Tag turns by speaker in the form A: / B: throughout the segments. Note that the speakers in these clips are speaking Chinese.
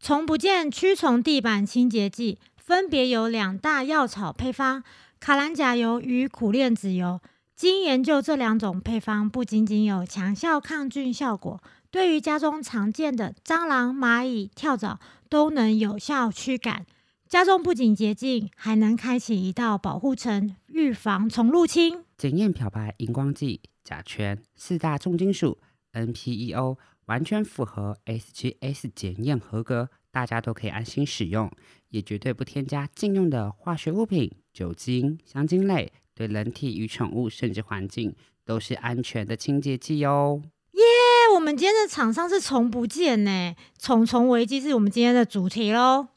A: 从不见驱虫地板清洁剂分别有两大药草配方：卡兰甲油与苦楝籽油。经研究，这两种配方不仅仅有强效抗菌效果，对于家中常见的蟑螂、蚂蚁、跳蚤都能有效驱赶。家中不仅洁净，还能开启一道保护层，预防虫入侵。
B: 检验漂白荧光剂、甲醛、四大重金属、NPEO，完全符合 SGS 检验合格，大家都可以安心使用，也绝对不添加禁用的化学物品、酒精、香精类，对人体与宠物甚至环境都是安全的清洁剂哦。
A: 哎我们今天的厂商是虫不见呢、虫虫危机是我们今天的主题喽。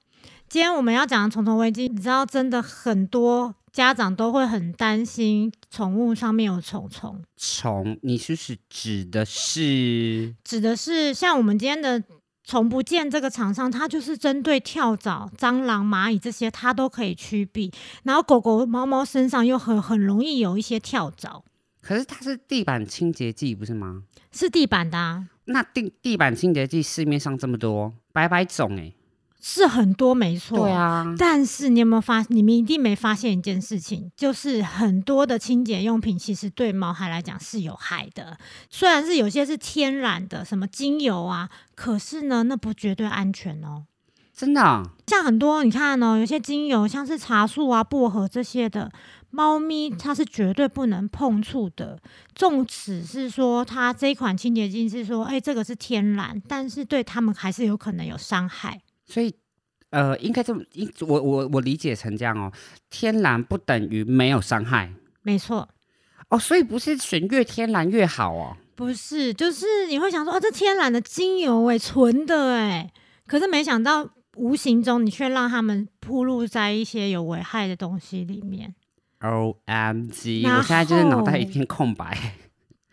A: 今天我们要讲的虫虫危机，你知道，真的很多家长都会很担心宠物上面有虫虫，
B: 虫，你是不是指的 是？
A: 指的是像我们今天的虫不见这个厂商，它就是针对跳蚤、蟑螂、蚂蚁这些，它都可以驱避。然后狗狗、猫猫身上又很很容易有一些跳蚤，
B: 可是它是地板清洁剂，不是吗？
A: 是地板的、啊，
B: 那地地板清洁剂市面上这么多，百百种哎、
A: 是很多没错。
B: 对啊，
A: 但是你有没有发？你们一定没发现一件事情，就是很多的清洁用品其实对毛孩来讲是有害的。虽然是有些是天然的，什么精油啊，可是呢，那不绝对安全哦。
B: 真的啊、
A: 像很多你看哦，有些精油像是茶树啊、薄荷这些的，猫咪它是绝对不能碰触的。纵使是说它这一款清洁剂是说，哎、这个是天然，但是对它们还是有可能有伤害。
B: 所以呃，应该这么，应我我我理解成这样哦，天然不等于没有伤害
A: 没错，
B: 哦，所以不是选越天然越好哦。
A: 不是，就是你会想说，哦，这天然的精油诶、纯的诶、可是没想到无形中你却让他们铺露在一些有危害的东西里面，
B: O M G！
A: 然
B: 我现在就是脑袋一
A: 后
B: 片空白，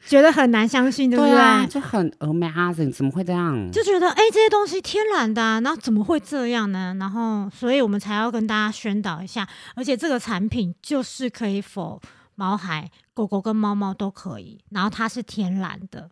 A: 觉得很难相信，对不对？
B: 啊，就很 amazing，怎么会这样？
A: 就觉得诶，这些东西天然的、啊，然后怎么会这样呢？然后，所以我们才要跟大家宣导一下，而且这个产品就是可以否毛孩、狗狗跟猫猫都可以，然后它是天然的，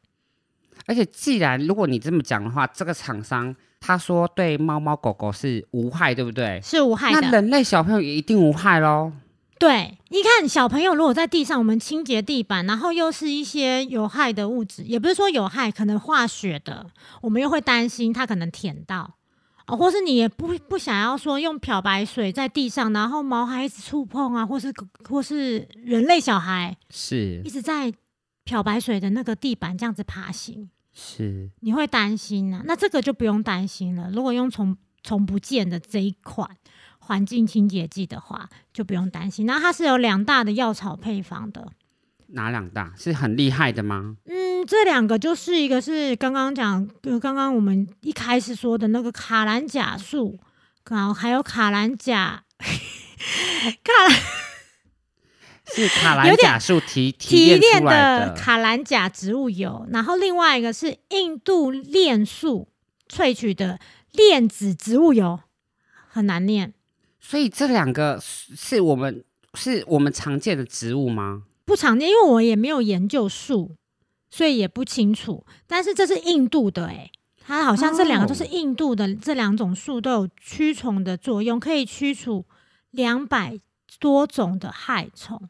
B: 而且既然如果你这么讲的话，这个厂商他说对猫猫狗狗是无害，对不对？
A: 是无害
B: 那
A: 的。
B: 人类小朋友也一定无害喽。
A: 对，你看小朋友如果在地上，我们清洁地板，然后又是一些有害的物质，也不是说有害，可能化学的，我们又会担心它可能舔到。哦，或是你也不不想要说用漂白水在地上，然后毛孩一直触碰啊，或是或是人类小孩
B: 是
A: 一直在漂白水的那个地板这样子爬行，
B: 是，
A: 你会担心啊。那这个就不用担心了。如果用从从不见的这一款环境清洁剂的话，就不用担心。那它是有两大的药草配方的。
B: 哪两大是很厉害的吗？
A: 嗯，这两个就是一个是刚刚讲，就刚刚我们一开始说的那个卡兰甲素，然后还有卡兰甲卡兰
B: 是卡兰
A: 有点
B: 甲素提
A: 提
B: 提炼
A: 炼
B: 出来
A: 的卡兰甲植物油，然后另外一个是印度炼素萃取的炼子植物油，很难念，
B: 所以这两个是是我们是我们常见的植物吗？
A: 不常见，因为我也没有研究树，所以也不清楚。但是这是印度的、欸，它好像这两个都是
B: 哦
A: 印度的，这两种树都有驱虫的作用，可以驱除两百多种的害虫。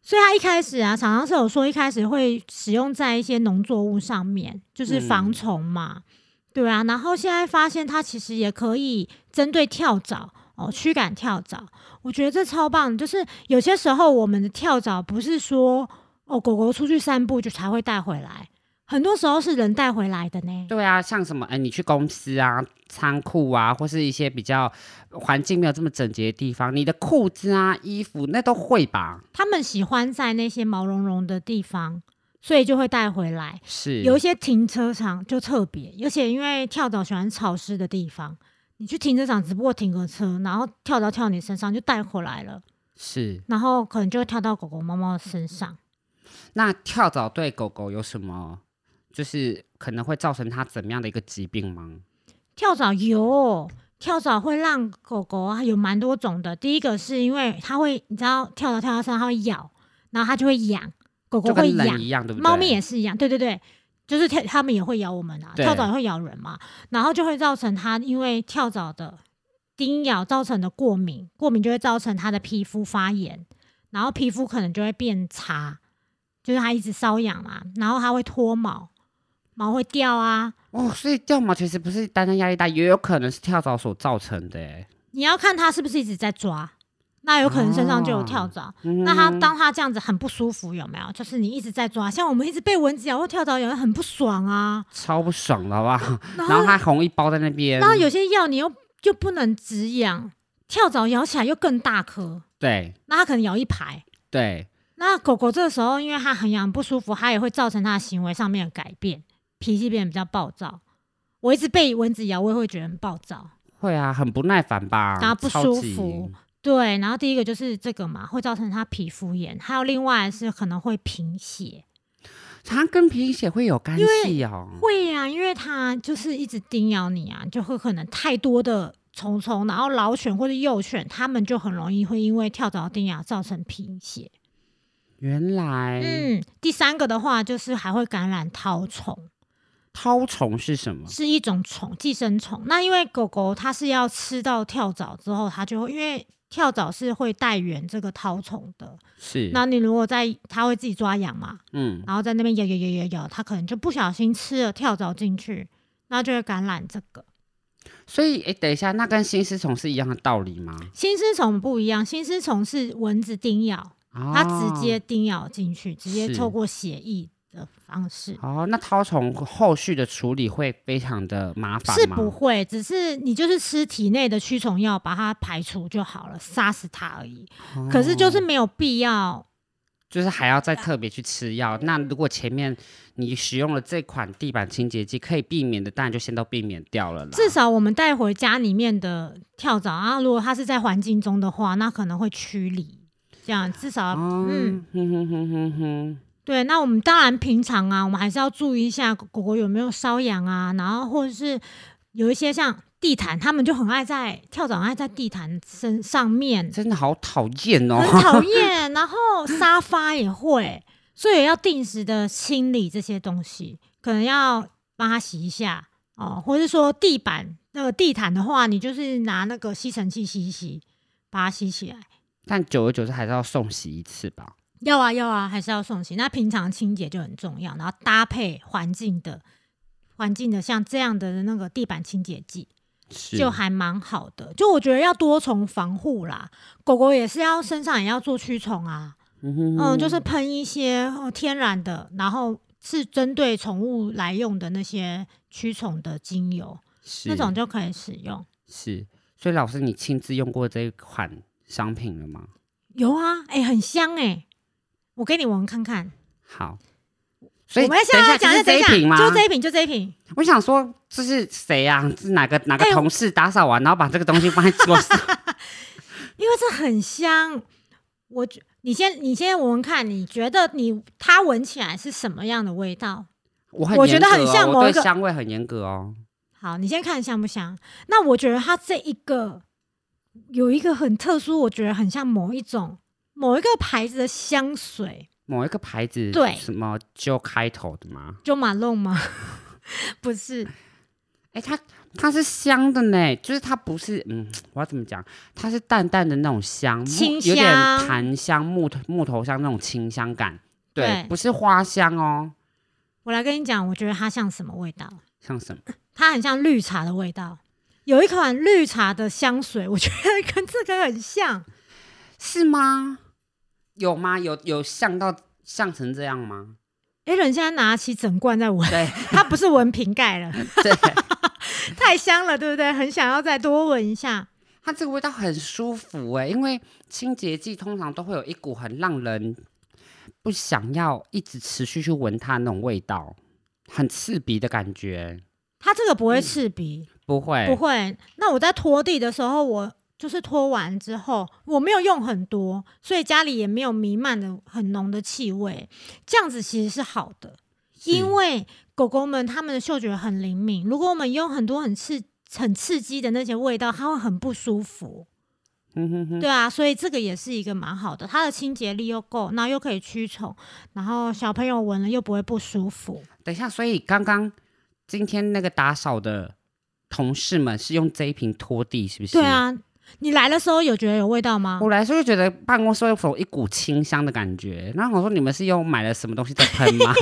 A: 所以它一开始啊，厂商是有说一开始会使用在一些农作物上面，就是防
B: 嗯
A: 虫嘛，对啊。然后现在发现它其实也可以针对跳蚤哦，驱赶跳蚤。我觉得这超棒的，就是有些时候我们的跳蚤不是说哦狗狗出去散步就才会带回来，很多时候是人带回来的呢。
B: 对啊，像什么哎、你去公司啊、仓库啊，或是一些比较环境没有这么整洁的地方，你的裤子啊、衣服那都会吧？
A: 他们喜欢在那些毛茸茸的地方，所以就会带回来。
B: 是
A: 有一些停车场就特别，而且因为跳蚤喜欢潮湿的地方，你去停车场只不过停个车，然后跳蚤跳你身上就带回来了，
B: 是。
A: 然后可能就会跳到狗狗、猫猫的身上。
B: 那跳蚤对狗狗有什么，就是可能会造成它怎么样的一个疾病吗？
A: 跳蚤有，跳蚤会让狗狗啊有蛮多种的。第一个是因为它会，你知道跳蚤跳到身上它会咬，然后它就会痒，狗狗
B: 就
A: 会
B: 跟
A: 痒
B: 人，一样，对不对？
A: 猫咪也是一样，对对对。就是跳他们也会咬我们啊，
B: 对
A: 跳蚤也会咬人嘛，然后就会造成它因为跳蚤的叮咬造成的过敏，过敏就会造成它的皮肤发炎，然后皮肤可能就会变差，就是它一直瘙痒嘛，然后它会脱毛，毛会掉啊。
B: 哦，所以掉毛其实不是单单压力大，也有可能是跳蚤所造成的欸耶。
A: 你要看它是不是一直在抓，那有可能身上就有跳蚤。那它
B: 嗯
A: 当它这样子很不舒服，有没有？就是你一直在抓，像我们一直被蚊子咬或跳蚤咬，很不爽啊。
B: 超不爽的好不好？
A: 然
B: 然
A: 后
B: 后还红一包在那边，
A: 然后有些药你又又不能止痒，跳蚤咬起来又更大颗，
B: 对
A: 那它可能咬一排。
B: 对
A: 那狗狗这个时候，因为它很痒很不舒服，它也会造成它的行为上面的改变，脾气变得比较暴躁。我一直被蚊子咬，我也会觉得很暴躁。
B: 会啊，很不耐烦吧？
A: 然后不
B: 超
A: 舒
B: 级
A: 服，对，然后第一个就是这个嘛，会造成它皮肤炎，还有另外是可能会贫血。
B: 它跟贫血会有干系哦。
A: 会呀、因为它就是一直叮咬你啊，就会可能太多的虫虫，然后老犬或者幼犬，它们就很容易会因为跳蚤叮咬造成贫血。
B: 原来，
A: 嗯，第三个的话就是还会感染绦虫，
B: 绦虫是什么？
A: 是一种虫，寄生虫。那因为狗狗它是要吃到跳蚤之后，它就会因为跳蚤是会带源这个绦虫的，
B: 是，
A: 那你如果在它会自己抓痒嘛，
B: 嗯，
A: 然后在那边咬咬咬咬咬，它可能就不小心吃了跳蚤进去，那就会感染这个。
B: 所以哎，等一下，那跟心丝虫是一样的道理吗？
A: 心丝虫不一样，心丝虫是蚊子叮咬，它
B: 哦
A: 直接叮咬进去，直接
B: 是
A: 透过血液的方式。
B: 哦，那绦虫后续的处理会非常的麻烦
A: 是
B: 吗？
A: 不会，只是你就是吃体内的驱虫药把它排除就好了，杀死它而已。
B: 哦
A: 可是就是没有必要，
B: 就是还要再
A: 呃
B: 特别去吃药。那如果前面你使用了这款地板清洁剂，可以避免的，当然就先都避免掉了啦。
A: 至少我们带回家里面的跳蚤啊，如果它是在环境中的话，那可能会驱离。这样至少
B: 哦，
A: 嗯
B: 嗯哼哼哼哼哼，
A: 对，那我们当然平常啊，我们还是要注意一下狗狗有没有瘙痒啊，然后或者是有一些像地毯，他们就很爱在跳蚤，很爱在地毯身上面，
B: 真的好讨厌哦。
A: 很讨厌。然后沙发也会，所以要定时的清理这些东西，可能要帮它洗一下哦，或是说地板那个地毯的话，你就是拿那个吸尘器吸一吸，把它吸起来。
B: 但久而久之还是要送洗一次吧。
A: 要啊要啊，还是要送洗。那平常清洁就很重要，然后搭配环境的环境的像这样的那个地板清洁剂，
B: 是
A: 就还蛮好的。就我觉得要多重防护啦，狗狗也是要身上也要做驱虫啊，
B: 嗯哼
A: 嗯
B: 哼
A: 就是喷一些、呃天然的，然后是针对宠物来用的那些驱虫的精油，
B: 是
A: 那种就可以使用。
B: 是。所以老师，你亲自用过这一款商品了吗？
A: 有啊，哎、很香哎、我给你闻看看。
B: 好。所以
A: 我们现
B: 等一
A: 在
B: 下
A: 要讲
B: 就是
A: 的
B: 这一瓶吗？
A: 就这一瓶，就这一瓶。
B: 我想说，这是谁啊？是哪个哪个
A: 哎我
B: 同事打扫完，然后把这个东西放在桌 上？
A: 因为这很香。我觉你先你先闻闻看，你觉得你它闻起来是什么样的味道？
B: 我很、哦
A: 我觉得很像某
B: 我
A: 一个
B: 对香味很严格哦。
A: 好，你先看香不香？那我觉得它这一个有一个很特殊，我觉得很像某一种某一个牌子的香水，
B: 某一个牌子，
A: 对
B: 什么就开头的吗？
A: 就马龙吗？ 不是，
B: 哎、它它是香的呢，就是它不是，嗯，我要怎么讲？它是淡淡的那种香，木
A: 清
B: 有点
A: 香
B: 檀香、木头木头香那种清香感，对，
A: 对
B: 不是花香哦，
A: 我来跟你讲，我觉得它像什么味道？
B: 像什么？
A: 它很像绿茶的味道。有一款绿茶的香水，我觉得跟这个很像。
B: 是吗？有吗？有有像到像成这样吗？
A: 哎，人现在拿起整罐在闻，
B: 对
A: 它不是闻瓶盖了。
B: 对，
A: 太香了，对不对？很想要再多闻一下。
B: 它这个味道很舒服哎、因为清洁剂通常都会有一股很让人不想要一直持续去闻它的那种味道，很刺鼻的感觉。
A: 它这个不会刺鼻，
B: 不会，
A: 不会。那我在拖地的时候，我就是拖完之后，我没有用很多，所以家里也没有弥漫的很浓的气味。这样子其实是好的，
B: 是
A: 因为狗狗们它们的嗅觉很灵敏，如果我们用很多很刺很刺激的那些味道，它会很不舒服。
B: 嗯哼哼，
A: 对啊，所以这个也是一个蛮好的，它的清洁力又够，然后又可以驱虫，然后小朋友闻了又不会不舒服。
B: 等一下，所以刚刚今天那个打扫的同事们是用这一瓶拖地，是不是？
A: 对。啊，你来的时候有觉得有味道吗？
B: 我来的时候就觉得办公室会有一股清香的感觉，然后我说你们是用买了什么东西在喷 吗？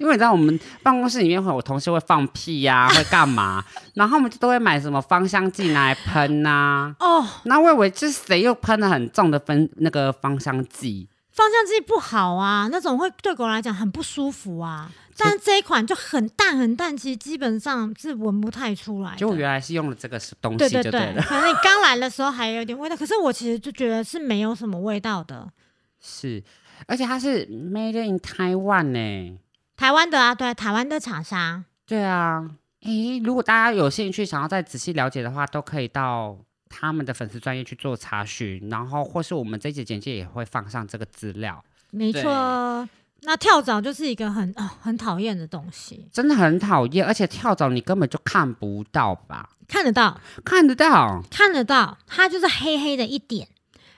B: 因为你知道我们办公室里面会有同事会放屁呀、会干嘛，然后我们就都会买什么芳香剂拿来喷呐、
A: 哦，
B: 然后我以为就是谁又喷了很重的分那个芳香剂，
A: 芳香剂不好啊，那种会对狗来讲很不舒服啊。但这一款就很淡很淡，其实基本上是闻不太出来的。
B: 结果原来是用了这个是东
A: 对
B: 西
A: 对
B: 就
A: 对，
B: 对了。
A: 可能你刚来的时候还有点味道，可是我其实就觉得是没有什么味道的。
B: 是，而且它是 Made in Taiwan 欸呢、
A: 台湾的啊，对，台湾的厂商
B: 对啊，诶，如果大家有兴趣想要再仔细了解的话，都可以到他们的粉丝专业去做查询，然后或是我们这一节简介也会放上这个资料，
A: 没
B: 对
A: 错。哦那跳蚤就是一个很、哦、很讨厌的东西，
B: 真的很讨厌，而且跳蚤你根本就看不到吧？
A: 看得到，
B: 看得到，，
A: 看得到，它就是黑黑的一点，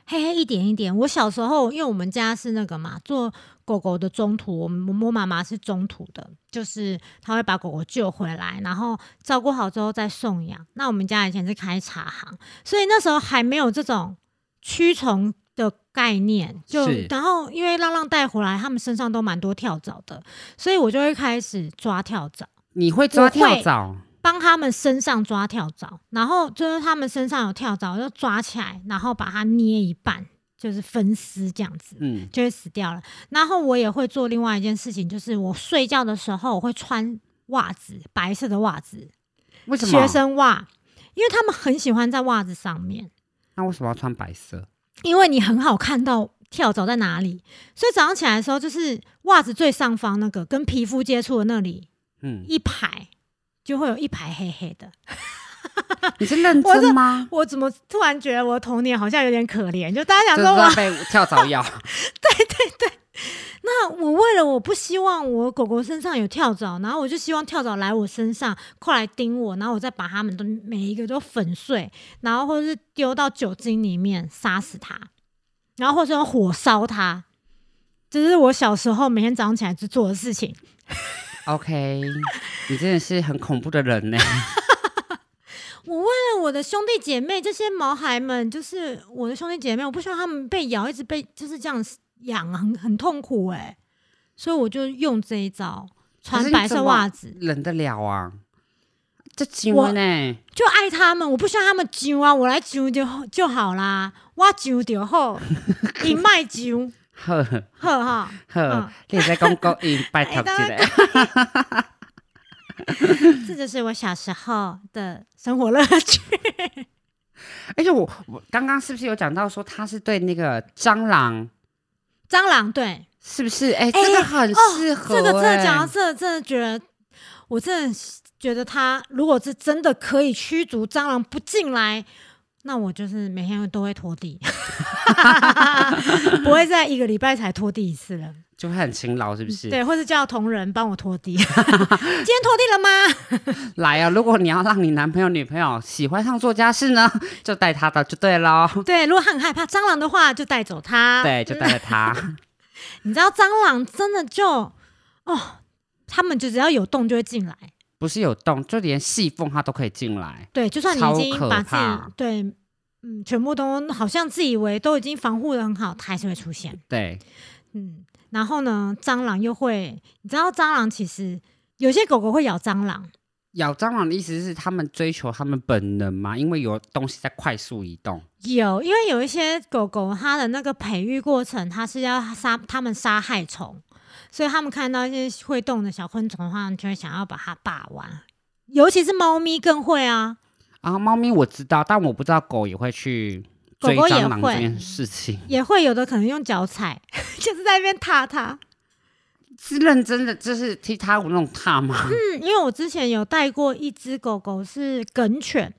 A: 黑黑一点一点。我小时候，因为我们家是那个嘛，做狗狗的中途，我们我妈妈是中途的，就是她会把狗狗救回来，然后照顾好之后再送养。那我们家以前是开茶行，所以那时候还没有这种驱虫。的概念就是然后因为浪浪带回来，他们身上都蛮多跳蚤的，所以我就会开始抓跳蚤。
B: 你会抓
A: 我
B: 跳
A: 会
B: 蚤？
A: 帮他们身上抓跳蚤，然后就是他们身上有跳蚤，我就抓起来，然后把它捏一半，就是分丝这样子，
B: 嗯，
A: 就会死掉了。然后我也会做另外一件事情，就是我睡觉的时候我会穿袜子，白色的袜子，
B: 为什么
A: 学？生袜，因为他们很喜欢在袜子上面，
B: 那为什么要穿白色？
A: 因为你很好看到跳蚤在哪里，所以早上起来的时候，就是袜子最上方那个跟皮肤接触的那里
B: 嗯，
A: 一排，就会有一排黑黑的。
B: 你是认
A: 我
B: 真吗？
A: 我怎么突然觉得我的童年好像有点可怜？就大家
B: 就
A: 想
B: 是
A: 说哇
B: 乱，被跳蚤咬，
A: 那我为了我不希望我狗狗身上有跳蚤，然后我就希望跳蚤来我身上，快来叮我，然后我再把它们都每一个都粉碎，然后或者是丢到酒精里面杀死它，然后或是用火烧它。这是我小时候每天早上起来就做的事情。
B: OK，你 真的是很恐怖的人呢、
A: 我为了我的兄弟姐妹这些毛孩们，就是我的兄弟姐妹，我不希望他们被咬，一直被就是这样痒，很很痛苦哎、所以我就用这一招，穿白色袜子，
B: 忍得了啊？这新
A: 我
B: 闻呢？
A: 就爱他们，我不希望他们揪啊，我来揪就好就好啦，我揪就好，你卖揪，
B: 呵
A: 呵哈，
B: 呵
A: 嗯，
B: 你在讲国语拜托
A: 哎
B: 一
A: 当
B: 下。
A: 这就是我小时候的生活乐趣。
B: 而且我我刚刚是不是有讲到说他是对那个蟑螂
A: 蟑螂对，
B: 是不是？哎、这个很适合、
A: 哦这个真的
B: 哎
A: 讲到这，真的觉得，我真的觉得他如果是真的可以驱逐蟑螂不进来，那我就是每天都会拖 地， 不会在一个礼拜才拖地一次了。
B: 就会很勤劳，是不是？
A: 对，或是叫同仁帮我拖地。 今天拖地了吗？
B: 来啊！如果你要让你男朋友、女朋友喜欢上做家事呢， 就带他的就对喽。
A: 对，如果他很害怕蟑螂的话，就带走它。
B: 对，就带着他。
A: 你知道蟑螂真的就哦，他们就只要有洞就会进来。
B: 不是有洞，就连细缝它都可以进来。
A: 对，就算你
B: 超
A: 已经
B: 可
A: 把自
B: 怕
A: 己对，嗯，全部都好像自以为都已经防护的很好，它还是会出现。
B: 对，
A: 嗯，然后呢，蟑螂又会，你知道蟑螂其实有些狗狗会咬蟑螂，
B: 咬蟑螂的意思是他们追求他们本能嘛，因为有东西在快速移动。
A: 有，因为有一些狗狗它的那个培育过程，它是要杀它们杀害虫，所以它们看到一些会动的小昆虫的话，就会想要把它霸完。尤其是猫咪更会啊，
B: 啊，猫咪我知道，但我不知道狗也会去
A: 狗
B: 追
A: 狗也
B: 蟑螂
A: 会
B: 这件事情，
A: 也会有的可能用脚踩， 就是在那边踏它。
B: 是认真的，就是踢踏舞那种踏吗？
A: 嗯，因为我之前有带过一只狗狗是梗犬，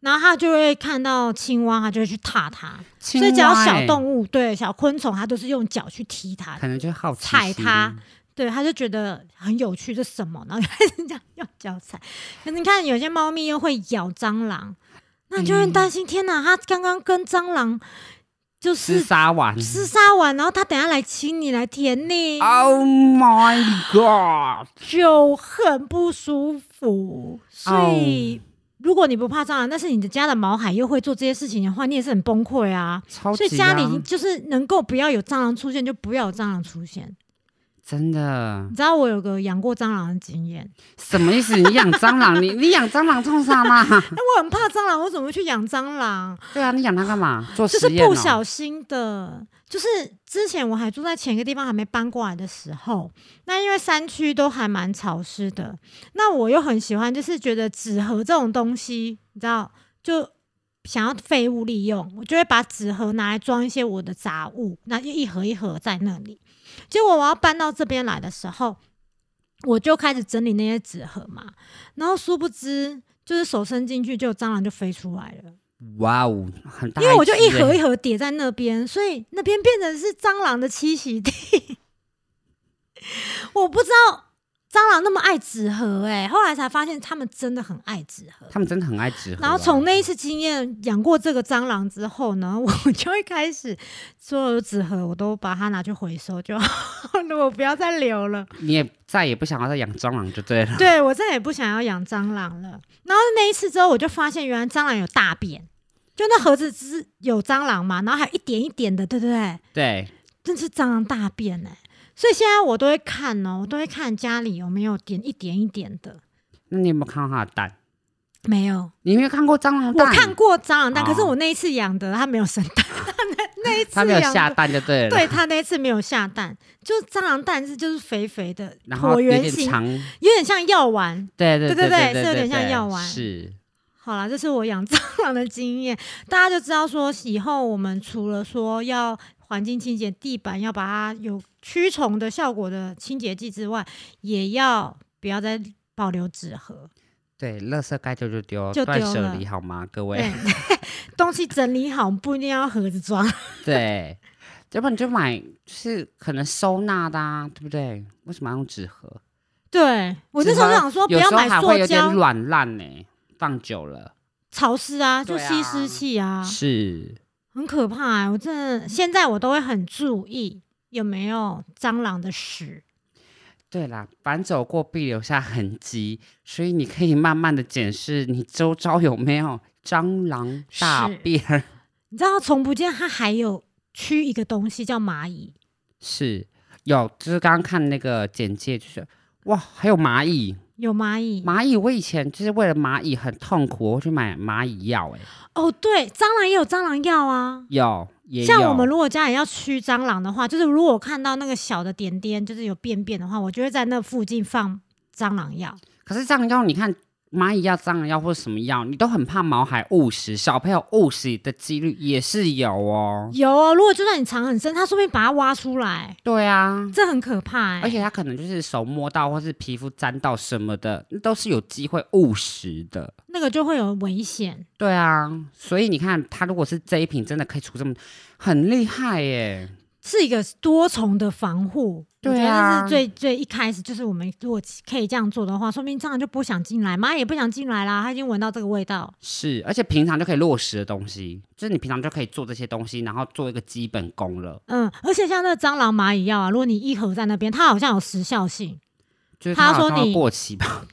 A: 然后它就会看到青蛙，它就会去踏它。
B: 青
A: 所以只要
B: 蛙
A: 小
B: 欸
A: 动物，对小昆虫，它都是用脚去踢它
B: 可。能就好奇
A: 踩
B: 心
A: 它，对，它就觉得很有趣，这什么？然后就开始这样用脚踩。可是你看，有些猫咪又会咬蟑螂，那你就
B: 嗯
A: 会担心，天哪，他刚刚跟蟑螂就
B: 厮
A: 是
B: 杀完
A: 厮杀完，然后他等下来亲你，来舔你，
B: ，Oh my God！
A: 就很不舒服。所以，
B: 哦
A: 如果你不怕蟑螂，但是你的家的毛海又会做这些事情的话，你也是很崩溃啊。
B: 超级、
A: 所
B: 啊、
A: 以家里就是能够不要有蟑螂出现，就不要有蟑螂出现。
B: 真的
A: 你知道我有个养过蟑螂的经 验，
B: 什么意思？你养蟑螂，你你养蟑螂冲啥嘛？
A: 那我很怕蟑螂，我怎么会去养蟑螂？
B: 对啊，你养它干嘛？做
A: 就
B: 实
A: 是
B: 验、哦、哦
A: 不小心的，就是之前我还住在前一个地方还没搬过来的时候，那因为山区都还蛮潮湿的，那我又很喜欢，就是觉得纸盒这种东西，你知道，就想要废物利用，我就会把纸盒拿来装一些我的杂物，那就一盒一盒在那里。结果我要搬到这边来的时候，我就开始整理那些纸盒嘛，然后殊不知就是手伸进去，就有蟑螂就飞出来了。
B: 哇哦，很大、
A: 因为我就一盒一
B: 盒，
A: 盒叠在那边，所以那边变成是蟑螂的栖息地。 我不知道蟑螂那么爱纸盒哎、后来才发现他们真的很爱纸盒。
B: 他们真的很爱纸盒啊、
A: 然后从那一次经验养过这个蟑螂之后呢， 我就会开始所有的纸盒我都把它拿去回收就好了， 我不要再留了。
B: 你也再也不想要再养蟑螂就对了。
A: 对我再也不想要养蟑螂了。然后那一次之后，我就发现原来蟑螂有大便，就那盒子只是有蟑螂嘛，然后还有一点一点的，对不对？
B: 对，
A: 真是蟑螂大便哎、所以现在我都会看哦，我都会看家里有没有点一点一点的。
B: 那你有没有看到它的蛋？
A: 没有，
B: 你有没有看过蟑螂
A: 我
B: 蛋？
A: 看过蟑螂蛋，
B: 哦
A: 可是我那一次养的它没有生 蛋，那那一次
B: 它没有
A: 养
B: 下
A: 的，
B: 蛋就对了。
A: 对，它那一次没有下蛋，就蟑螂蛋是就是肥肥的
B: 然后
A: 椭
B: 有
A: 圆
B: 点
A: 形，
B: 长，
A: 有点像药丸。
B: 对对
A: 对对对
B: 对对，
A: 是有点像
B: 对
A: 药丸
B: 是，
A: 好啦，这是我养 蟑螂的经验，大家就知道说，以后我们除了说要环境清洁，地板要把它有驱虫的效果的清洁剂之外，也要不要再保留纸盒，
B: 对，垃圾该丢就丢，
A: 就
B: 断
A: 丢
B: 舍
A: 了
B: 离好吗，各位？
A: 对，东西整理好，不一定要盒子装。
B: 对，要不然你就买，就是可能收纳的啊，对不对？为什么要用纸盒？
A: 对我那时候就想说，不
B: 有
A: 要
B: 时候
A: 买
B: 还会
A: 塑
B: 有点
A: 胶，
B: 软烂呢，放久了、
A: 潮湿啊，就
B: 对啊
A: 吸湿器啊，
B: 是。
A: 很可怕、欸。我真的现在我都会很注意有没有蟑螂的屎。
B: 对啦，反走过必留下痕迹，所以你可以慢慢的检视你周遭有没有蟑螂、大
A: 是
B: 便。
A: 你知道从不见它还有驱一个东西叫蚂蚁，
B: 是有，就是刚刚看那个简介，就是哇，还有蚂蚁，
A: 有蚂蚁。
B: 蚂蚁我以前就是为了蚂蚁很痛苦，我会去买蚂蚁药、欸，哎，
A: 哦，对，蟑螂也有蟑螂药啊。
B: 有也有，
A: 像我们如果家里要驱蟑螂的话，就是如果我看到那个小的点点，就是有便便的话，我就会在那附近放蟑螂药。
B: 可是蟑螂药，你看蚂蚁药、蟑螂药或者什么药，你都很怕毛孩误食，小朋友误食的几率也是有哦。
A: 有哦，如果就算你藏很深，它说不定把它挖出来，
B: 对啊，
A: 这很可怕、欸。
B: 而且它可能就是手摸到或是皮肤沾到什么的，都是有机会误食的。
A: 那个就会有危险。
B: 对啊，所以你看，它如果是这一瓶，真的可以出这么很厉害欸耶。
A: 是一个多重的防护，我觉
B: 对
A: 得
B: 啊
A: 这是最最一开始就是我们如果可以这样做的话，说明蟑螂就不想进来，蚂蚁也不想进来啦，它已经闻到这个味道。
B: 是，而且平常就可以落实的东西，就是你平常就可以做这些东西，然后做一个基本功了。
A: 嗯，而且像那蟑螂、蚂蚁药啊，如果你一盒在那边，它好像有时效 性，
B: 就是
A: 他
B: 它好
A: 说
B: 像会
A: 你
B: 过期吧？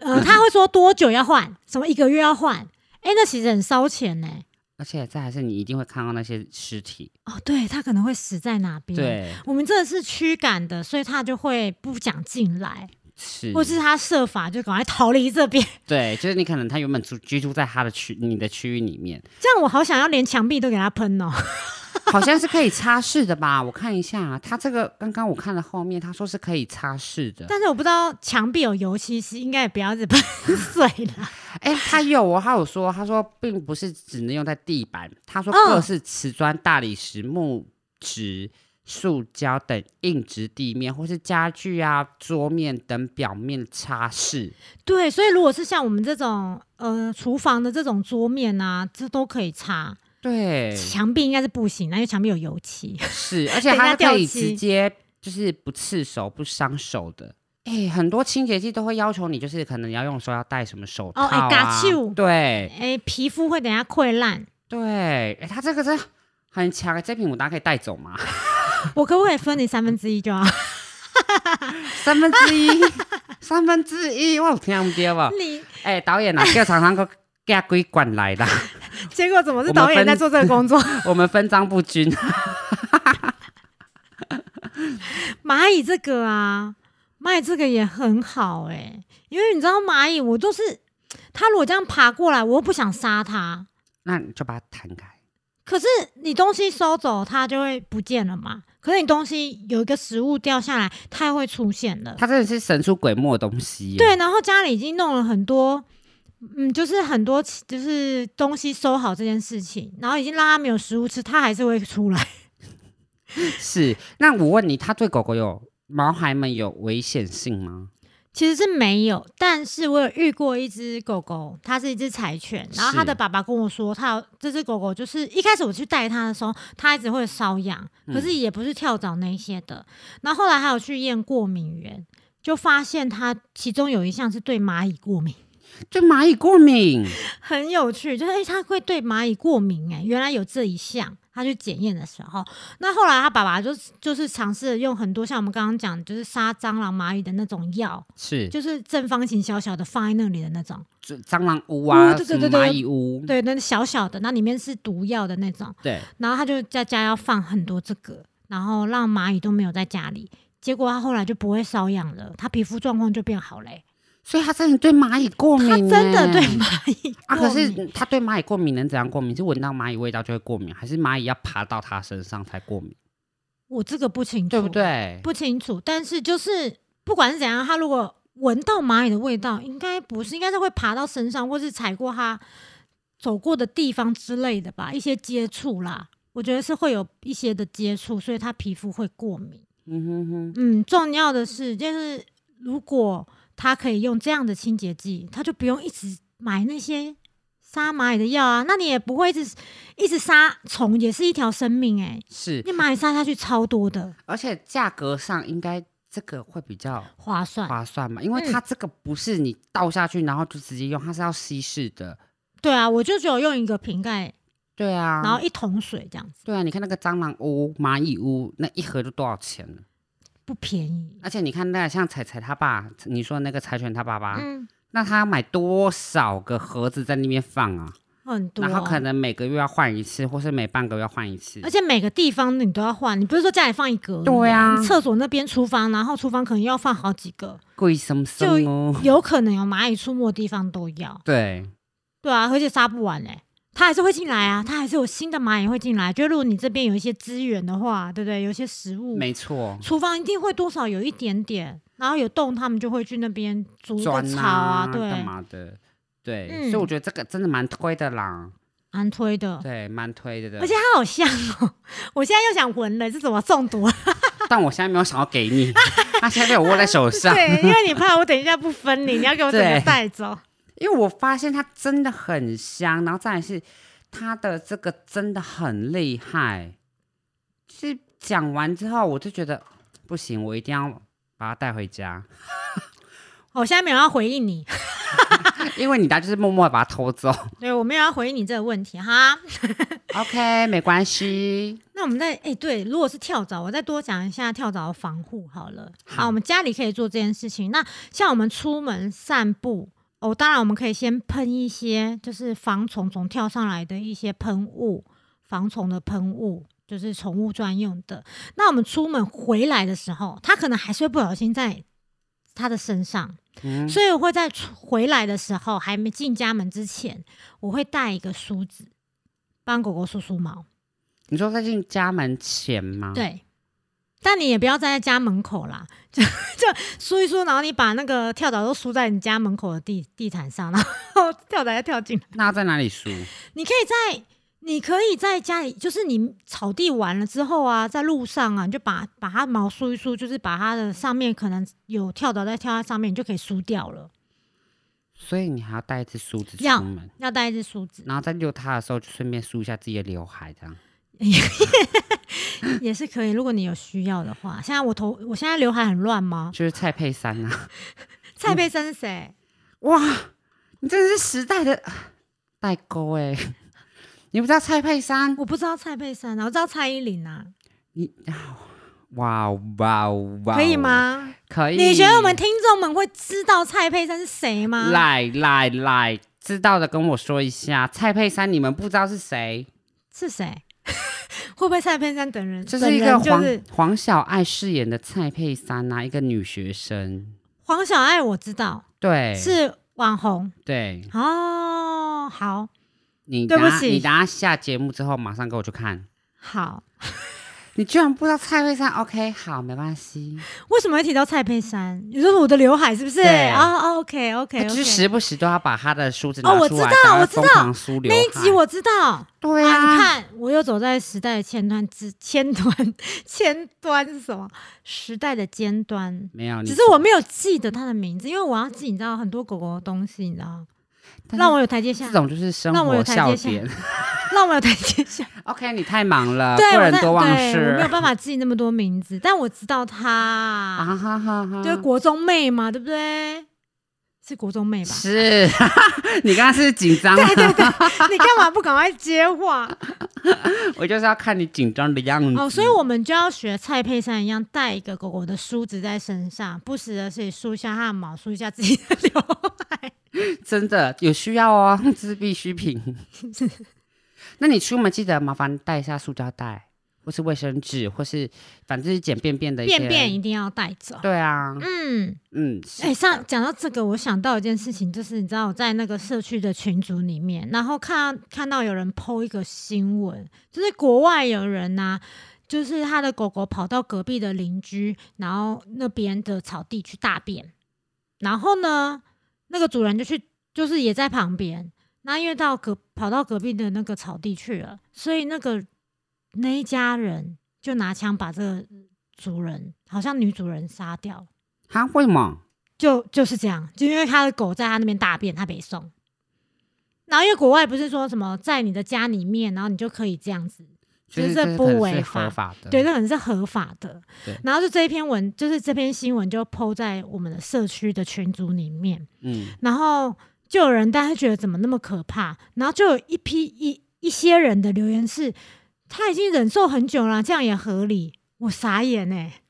A: 呃，它会说多久要换，什么一个月要换，哎、那其实很烧钱呢、
B: 而且再还是你一定会看到那些尸体。
A: 哦，对，它可能会死在哪边。，
B: 对，
A: 我们这是驱赶的，所以它就会不想进来，
B: 是，
A: 或是它设法就赶快逃离这边。
B: 对，就是你可能他原本住居住在他的区你的区域里面，
A: 这样我好想要连墙壁都给它喷哦。
B: 好像是可以擦拭的吧？我看一下，啊他这个刚刚我看了后面，他说是可以擦拭的。
A: 但是我不知道墙壁有油漆是应该也不要一直 喷水啦。
B: 哎，他有哦，他有说，他说并不是只能用在地板，他说
A: 嗯
B: 各式瓷砖、大理石、木质、塑胶等硬质地面，或是家具啊、桌面等表面擦拭。
A: 对，所以如果是像我们这种呃厨房的这种桌面啊，这都可以擦。
B: 对，
A: 墙壁应该是不行啊，因为墙壁有油漆。
B: 是，而且
A: 等一
B: 它
A: 下
B: 是可
A: 掉
B: 以
A: 漆
B: 直接就是不刺手、不伤手的。哎、很多清洁剂都会要求你，就是可能要用的时候要戴什么手套
A: 哦哎
B: 啊、
A: 嘎啾
B: 对
A: 哎，皮肤会等下溃烂。
B: 对，哎、它这个真的很强，这瓶我大家可以带走吗？
A: 我可不可以分你三分之一 就好？
B: 啊三分之一， 三分之一，我有听不到吧？
A: 你
B: 哎、导演啊，叫常常给给归管来啦，
A: 结果怎么是
B: 我们
A: 导演
B: 分
A: 在做这个工作？
B: 我们分赃不均。
A: 蚂蚁这个啊，蚂蚁这个也很好哎、因为你知道蚂蚁，我都是它如果这样爬过来，我又不想杀它，
B: 那你就把它弹开。
A: 可是你东西收走，它就会不见了嘛。可是你东西有一个食物掉下来，它也会出现了。
B: 它真的是神出鬼没的东西耶。
A: 对，然后家里已经弄了很多，嗯，就是很多就是东西收好这件事情，然后已经让它没有食物吃，它还是会出来。
B: 是。那我问你，它对狗狗有毛孩们有危险性吗？
A: 其实是没有，但是我有遇过一只狗狗，它是一只柴犬，然后它的
B: 是
A: 爸爸跟我说，它有这只狗狗就是一开始我去带它的时候，它一直会瘙痒，可是也不是跳蚤那些的。然后后来还有去验过敏源，就发现它其中有一项是对蚂蚁过敏，
B: 对蚂蚁过敏，
A: 很有趣，就是哎、诶它会对蚂蚁过敏、诶，哎，原来有这一项。它去检验的时候，那后来他爸爸就是就是尝试用很多像我们刚刚讲，就是杀蟑螂、蚂蚁的那种药，
B: 是就
A: 就是正方形小小的放在那里的那种，
B: 蟑螂屋啊，
A: 屋哦对
B: 什
A: 对
B: 么
A: 对
B: 蚂蚁屋，
A: 对，那小小的，那里面是毒药的那种。
B: 对，
A: 然后他就在家要放很多这个，然后让蚂蚁都没有在家里。结果他后来就不会瘙痒了，他皮肤状况就变好嘞、
B: 所以它真的对蚂蚁过敏
A: 他
B: 耶，
A: 真的对蚂蚁
B: 啊，
A: 过
B: 可
A: 敏
B: 是它对蚂蚁过敏能怎样过敏？是闻到蚂蚁味道就会过敏，还是蚂蚁要爬到它身上才过敏？
A: 我这个不清楚，
B: 对不？对？
A: 不清楚，但是就是不管是怎样，他如果闻到蚂蚁的味道，应该不是，应该是会爬到身上，或是踩过它走过的地方之类的吧，一些接触啦。我觉得是会有一些的接触，所以它皮肤会过敏。
B: 嗯哼哼，
A: 嗯，重要的是，就是如果他可以用这样的清洁剂，他就不用一直买那些杀蚂蚁的药啊，那你也不会一直一直杀虫，也是一条生命哎、
B: 是，
A: 你蚂蚁杀下去超多的，
B: 而且价格上应该这个会比较
A: 划算。
B: 划算嘛，因为
A: 嗯
B: 它这个不是你倒下去然后就直接用，它是要稀释的。
A: 对啊，我就只有用一个瓶盖，
B: 对啊，
A: 然后一桶水这样子，
B: 对啊，你看那个蟑螂屋、蚂蚁屋，那一盒就多少钱了？
A: 不便宜。
B: 而且你看那像彩彩他爸，你说那个柴犬他爸爸，
A: 嗯，
B: 那他要买多少个盒子在那边放啊？
A: 很多。
B: 然后可能每个月要换一次，或是每半个月要换一次
A: 哦而。且每个地方你都要换，你不是说家里放一格而已？
B: 对啊
A: 你厕所那边、厨房，然后厨房可能要放好几个，
B: 贵生生哦。
A: 有可能有蚂蚁出没的地方都要。
B: 对，
A: 对啊，而且杀不完嘞、它还是会进来啊，它还是有新的蚂蚁会进来。就如果你这边有一些资源的话，对不对？有一些食物，
B: 没错。
A: 厨房一定会多少有一点点，然后有洞，他们就会去那边筑个
B: 砖
A: 巢
B: 啊，干
A: 对，
B: 嘛的？对，
A: 嗯
B: 所以我觉得这个真的蛮推的啦，
A: 蛮推的。
B: 对，蛮推的。
A: 而且它好香哦！我现在又想闻了，这怎么中毒啊？
B: 但我现在没有想要给你， 它现在被我握 在手上。
A: 对，因为你怕我等一下不分你，你要给我整个
B: 对
A: 带走。哦
B: 因为我发现它真的很香，然后再来是它的这个真的很厉害。就是讲完之后，我就觉得不行，我一定要把它带回家，
A: 我现在没有要回应你，
B: 因为你家就是默默地把它偷走。
A: 对我没有要回应你这个问题哈。
B: OK，没关系，
A: 那我们再哎、对，如果是跳蚤，我再多讲一下跳蚤的防护好了。
B: 好
A: 好，我们家里可以做这件事情。那像我们出门散步哦，当然我们可以先喷一些就是防虫虫跳上来的一些喷雾，防虫的喷雾。就是宠物专用的。那我们出门回来的时候，它可能还是会不小心在它的身上，
B: 嗯
A: 所以我会在出回来的时候，还没进家门之前，我会带一个梳子帮狗狗梳梳毛。
B: 你说在进家门前吗？，
A: 对，但你也不要站在家门口啦， 就就梳一梳，然后你把那个跳蚤都梳在你家门口的地地毯上，然后跳蚤再跳进来。
B: 那要在哪里梳？
A: 你可以在你可以在家里，就是你草地完了之后啊，在路上啊，你就把把它毛梳一梳，就是把它的上面可能有跳蚤在跳在上面，你就可以梳掉了。
B: 所以你还要带一只梳子
A: 要
B: 出门，
A: 要带一支梳子，
B: 然后在遛它的时候就顺便梳一下自己的刘海，这样。
A: 也是可以。如果你有需要的话，现在我头，我现在刘海很乱吗？
B: 就是蔡佩珊啊，
A: 蔡佩珊是谁？
B: 哇，你真的是时代的 代沟哎、你不知道蔡佩珊？
A: 我不知道蔡佩珊啊，我知道蔡依林啊，
B: 你啊哇哦哇哦哇哦！
A: 可以？吗？
B: 可以。
A: 你觉得我们听众们会知道蔡佩珊是谁吗？
B: 来来来，知道的跟我说一下。蔡佩珊，你们不知道是谁？
A: 是谁？ 会不会蔡佩珊等人？
B: 这
A: 本
B: 是一个
A: 人就
B: 黄、
A: 是
B: 黄小爱饰演的蔡佩珊啊，一个女学生。
A: 黄小爱，我知道
B: 对，
A: 是网红
B: 对
A: 哦。好
B: 你
A: 对
B: 等
A: 不
B: 下
A: 起
B: 你等下下节目之后马上给我去看。
A: 好，
B: 你居然不知道蔡佩珊？OK，好，没关系。
A: 为什么会提到蔡佩珊？你说我的刘海是不是？
B: 对啊
A: 哦哦，OK OK
B: 他就是
A: OK。
B: 时不时都要把他的梳子
A: 哦
B: 拿
A: 我
B: 出
A: 知
B: 来，
A: 道
B: 然后
A: 我知
B: 疯
A: 道
B: 狂梳刘海。
A: 那一集我知道，
B: 对
A: 啊，
B: 啊，
A: 你看，我又走在时代的前端之前端 前端是什么？时代的尖端。
B: 没有，你
A: 只是我没有记得它的名字，因为我要记，你知道很多狗狗的东西，你知道，
B: 但是
A: 让我有台阶下
B: 这，种就是生
A: 让我有
B: 活
A: 台
B: 笑
A: 阶下
B: 点。
A: 让我有台阶下。
B: OK，你太忙了，
A: 对，
B: 不
A: 我
B: 能
A: 在
B: 啊多忘
A: 对我没有
B: 事。
A: 办法记那么多名字，但我知道
B: 啊
A: 它，
B: 哈哈哈，
A: 就是国中妹嘛，对不对？是国中妹吧？
B: 是， 你刚刚是紧张
A: 对 对
B: 了，
A: 对，你干嘛不赶快接话？
B: 我就是要看你紧张的样
A: 哦，
B: 子。
A: 所以我们就要学蔡佩珊一样，带一个狗狗的梳子在身上，不时的去梳一下它的毛，梳一下自己的刘海。
B: 真的有需要哦， 这是必需品。 那你出门记得麻烦带一下塑胶袋，或是卫生纸，或是反正是捡便便的一些
A: 便便一。定要带走。
B: 对啊，
A: 嗯，
B: 嗯，
A: 哎、上讲到这个，我想到一件事情，就是你知道我在那个社区的群组里面，然后看到看到有人 PO 一个新闻，就是国外有人呐、就是他的狗狗跑到隔壁的邻居，然后那边的草地去大便，然后呢，那个主人就去，就是也在旁边，那因为到隔跑到隔壁的那个草地去了，所以那个那一家人就拿枪把这个主人，好像女主人杀掉了。
B: 他会吗？
A: 就就是这样，就因为他的狗在他那边大便，他没送。然后因为国外不是说什么在你的家里面，然后你就可以这样子，
B: 就
A: 就是是
B: 这
A: 不
B: 可能
A: 违
B: 是
A: 法
B: 合法的。
A: 对，这可能是合法的
B: 对。
A: 然后就这一篇文，就是这篇新闻就 PO 在我们的社区的群组里面，
B: 嗯，
A: 然后就有人大家觉得怎么那么可怕，然后就有一批一一些人的留言是，他已经忍受很久了，这样也合理。我傻眼哎、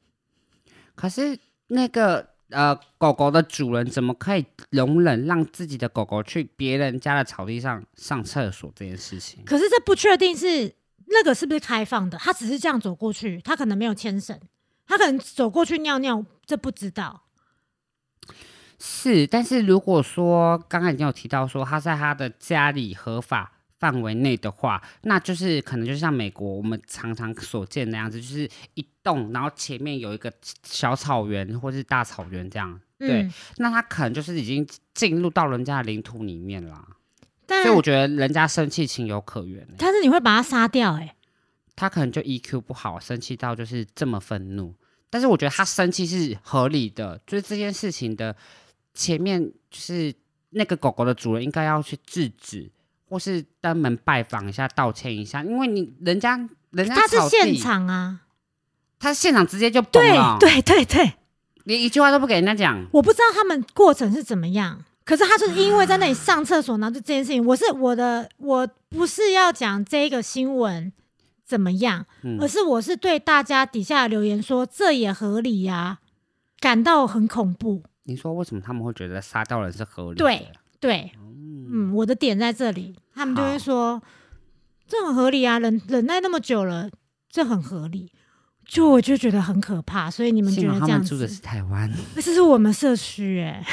B: 可是那个呃，狗狗的主人怎么可以容忍让自己的狗狗去别人家的草地上上厕所这件事情？
A: 可是这不确定是那个是不是开放的，他只是这样走过去，他可能没有牵绳，他可能走过去尿尿，这不知道。
B: 是，但是如果说刚刚已经有提到说他在他的家里合法范围内的话，那就是可能就像美国我们常常所见的样子，就是一栋，然后前面有一个小草原或是大草原这样。对，
A: 嗯，
B: 那他可能就是已经进入到人家的领土里面啦，
A: 但
B: 所以我觉得人家生气情有可原欸、
A: 但是你会把它杀掉、欸，
B: 他可能就 EQ 不好，生气到就是这么愤怒。但是我觉得他生气是合理的，就是这件事情的前面就是那个狗狗的主人应该要去制止，或是登门拜访一下，道歉一下，因为你人家人家
A: 它是
B: 草地
A: 现，场啊，
B: 他现场直接就崩
A: 对
B: 了，，
A: 对对对，
B: 连一句话都不给人家讲。
A: 我不知道他们过程是怎么样。可是他就是因为在那里上厕所，然后就这件事情，我是我的，我不是要讲这个新闻怎么样，
B: 嗯
A: 而是我是对大家底下的留言说这也合理呀、感到很恐怖。
B: 你说为什么他们会觉得杀掉人是合理的？
A: 对对，
B: 嗯，
A: 嗯，我的点在这里，他们就
B: 好
A: 会说这很合理啊，忍忍耐那么久了，这很合理。就我就觉得很可怕，所以你们觉
B: 幸
A: 得
B: 好
A: 这
B: 他
A: 样
B: 们
A: 子
B: 住的，是台湾。
A: 这是我们社区 哎、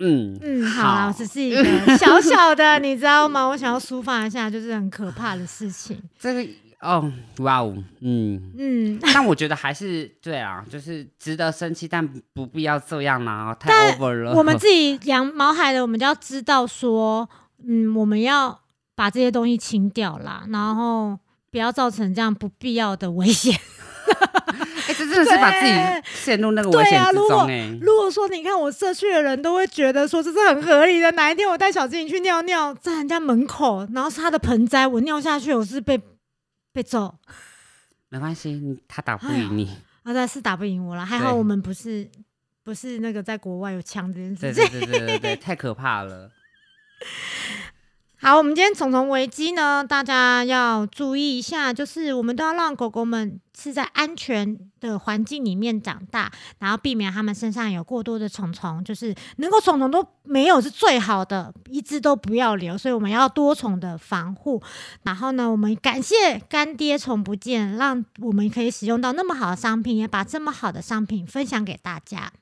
B: 嗯
A: 嗯，好啦，我只是一个 小小的，你知道吗？我想要抒发一下，就是很可怕的事情。
B: 这个哦，哇哦，嗯。
A: 嗯，
B: 但我觉得还是对啊，就是值得生气，但不必要这样啦、太
A: 但
B: over 了。
A: 我们自己养毛孩的，我们就要知道说，嗯，我们要把这些东西清掉啦，然后不要造成这样不必要的危险。
B: 哎、这真的是把自
A: 对啊
B: 己陷入那个危险之中哎、
A: 如果说你看我社区的人都会觉得说这是很合理的，哪一天我带小精灵去尿尿，在人家门口，然后是他的盆栽，我尿下去，我是被被揍。
B: 没关系，你他打不赢你。
A: 啊，但是打不赢我了，还好我们不是不是那个在国外有枪这件
B: 对
A: 事情
B: 对。对对对对，太可怕了。
A: 好，我们今天虫虫危机呢，大家要注意一下，就是我们都要让狗狗们是在安全的环境里面长大，然后避免它们身上有过多的虫虫，就是能够虫虫都没有是最好的，一只都不要留，所以我们要多重的防护。然后呢，我们感谢干爹虫不见，让我们可以使用到那么好的商品，也把这么好的商品分享给大家。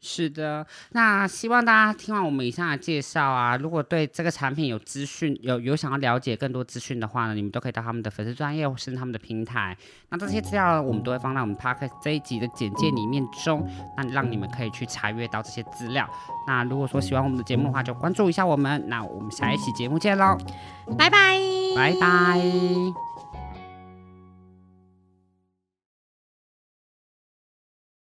B: 是的，那希望大家听完我们以上的介绍啊，如果对这个产品有资讯，有有想要了解更多资讯的话呢，你们都可以到他们的粉丝专业或是他们的平台。那这些资料呢我们都会放在我们 p o d c a s t 这一集的简介里面中，那让你们可以去查阅到这些资料。那如果说喜欢我们的节目的话，就关注一下我们。那我们下一期节目见喽，
A: 拜拜，
B: 拜拜。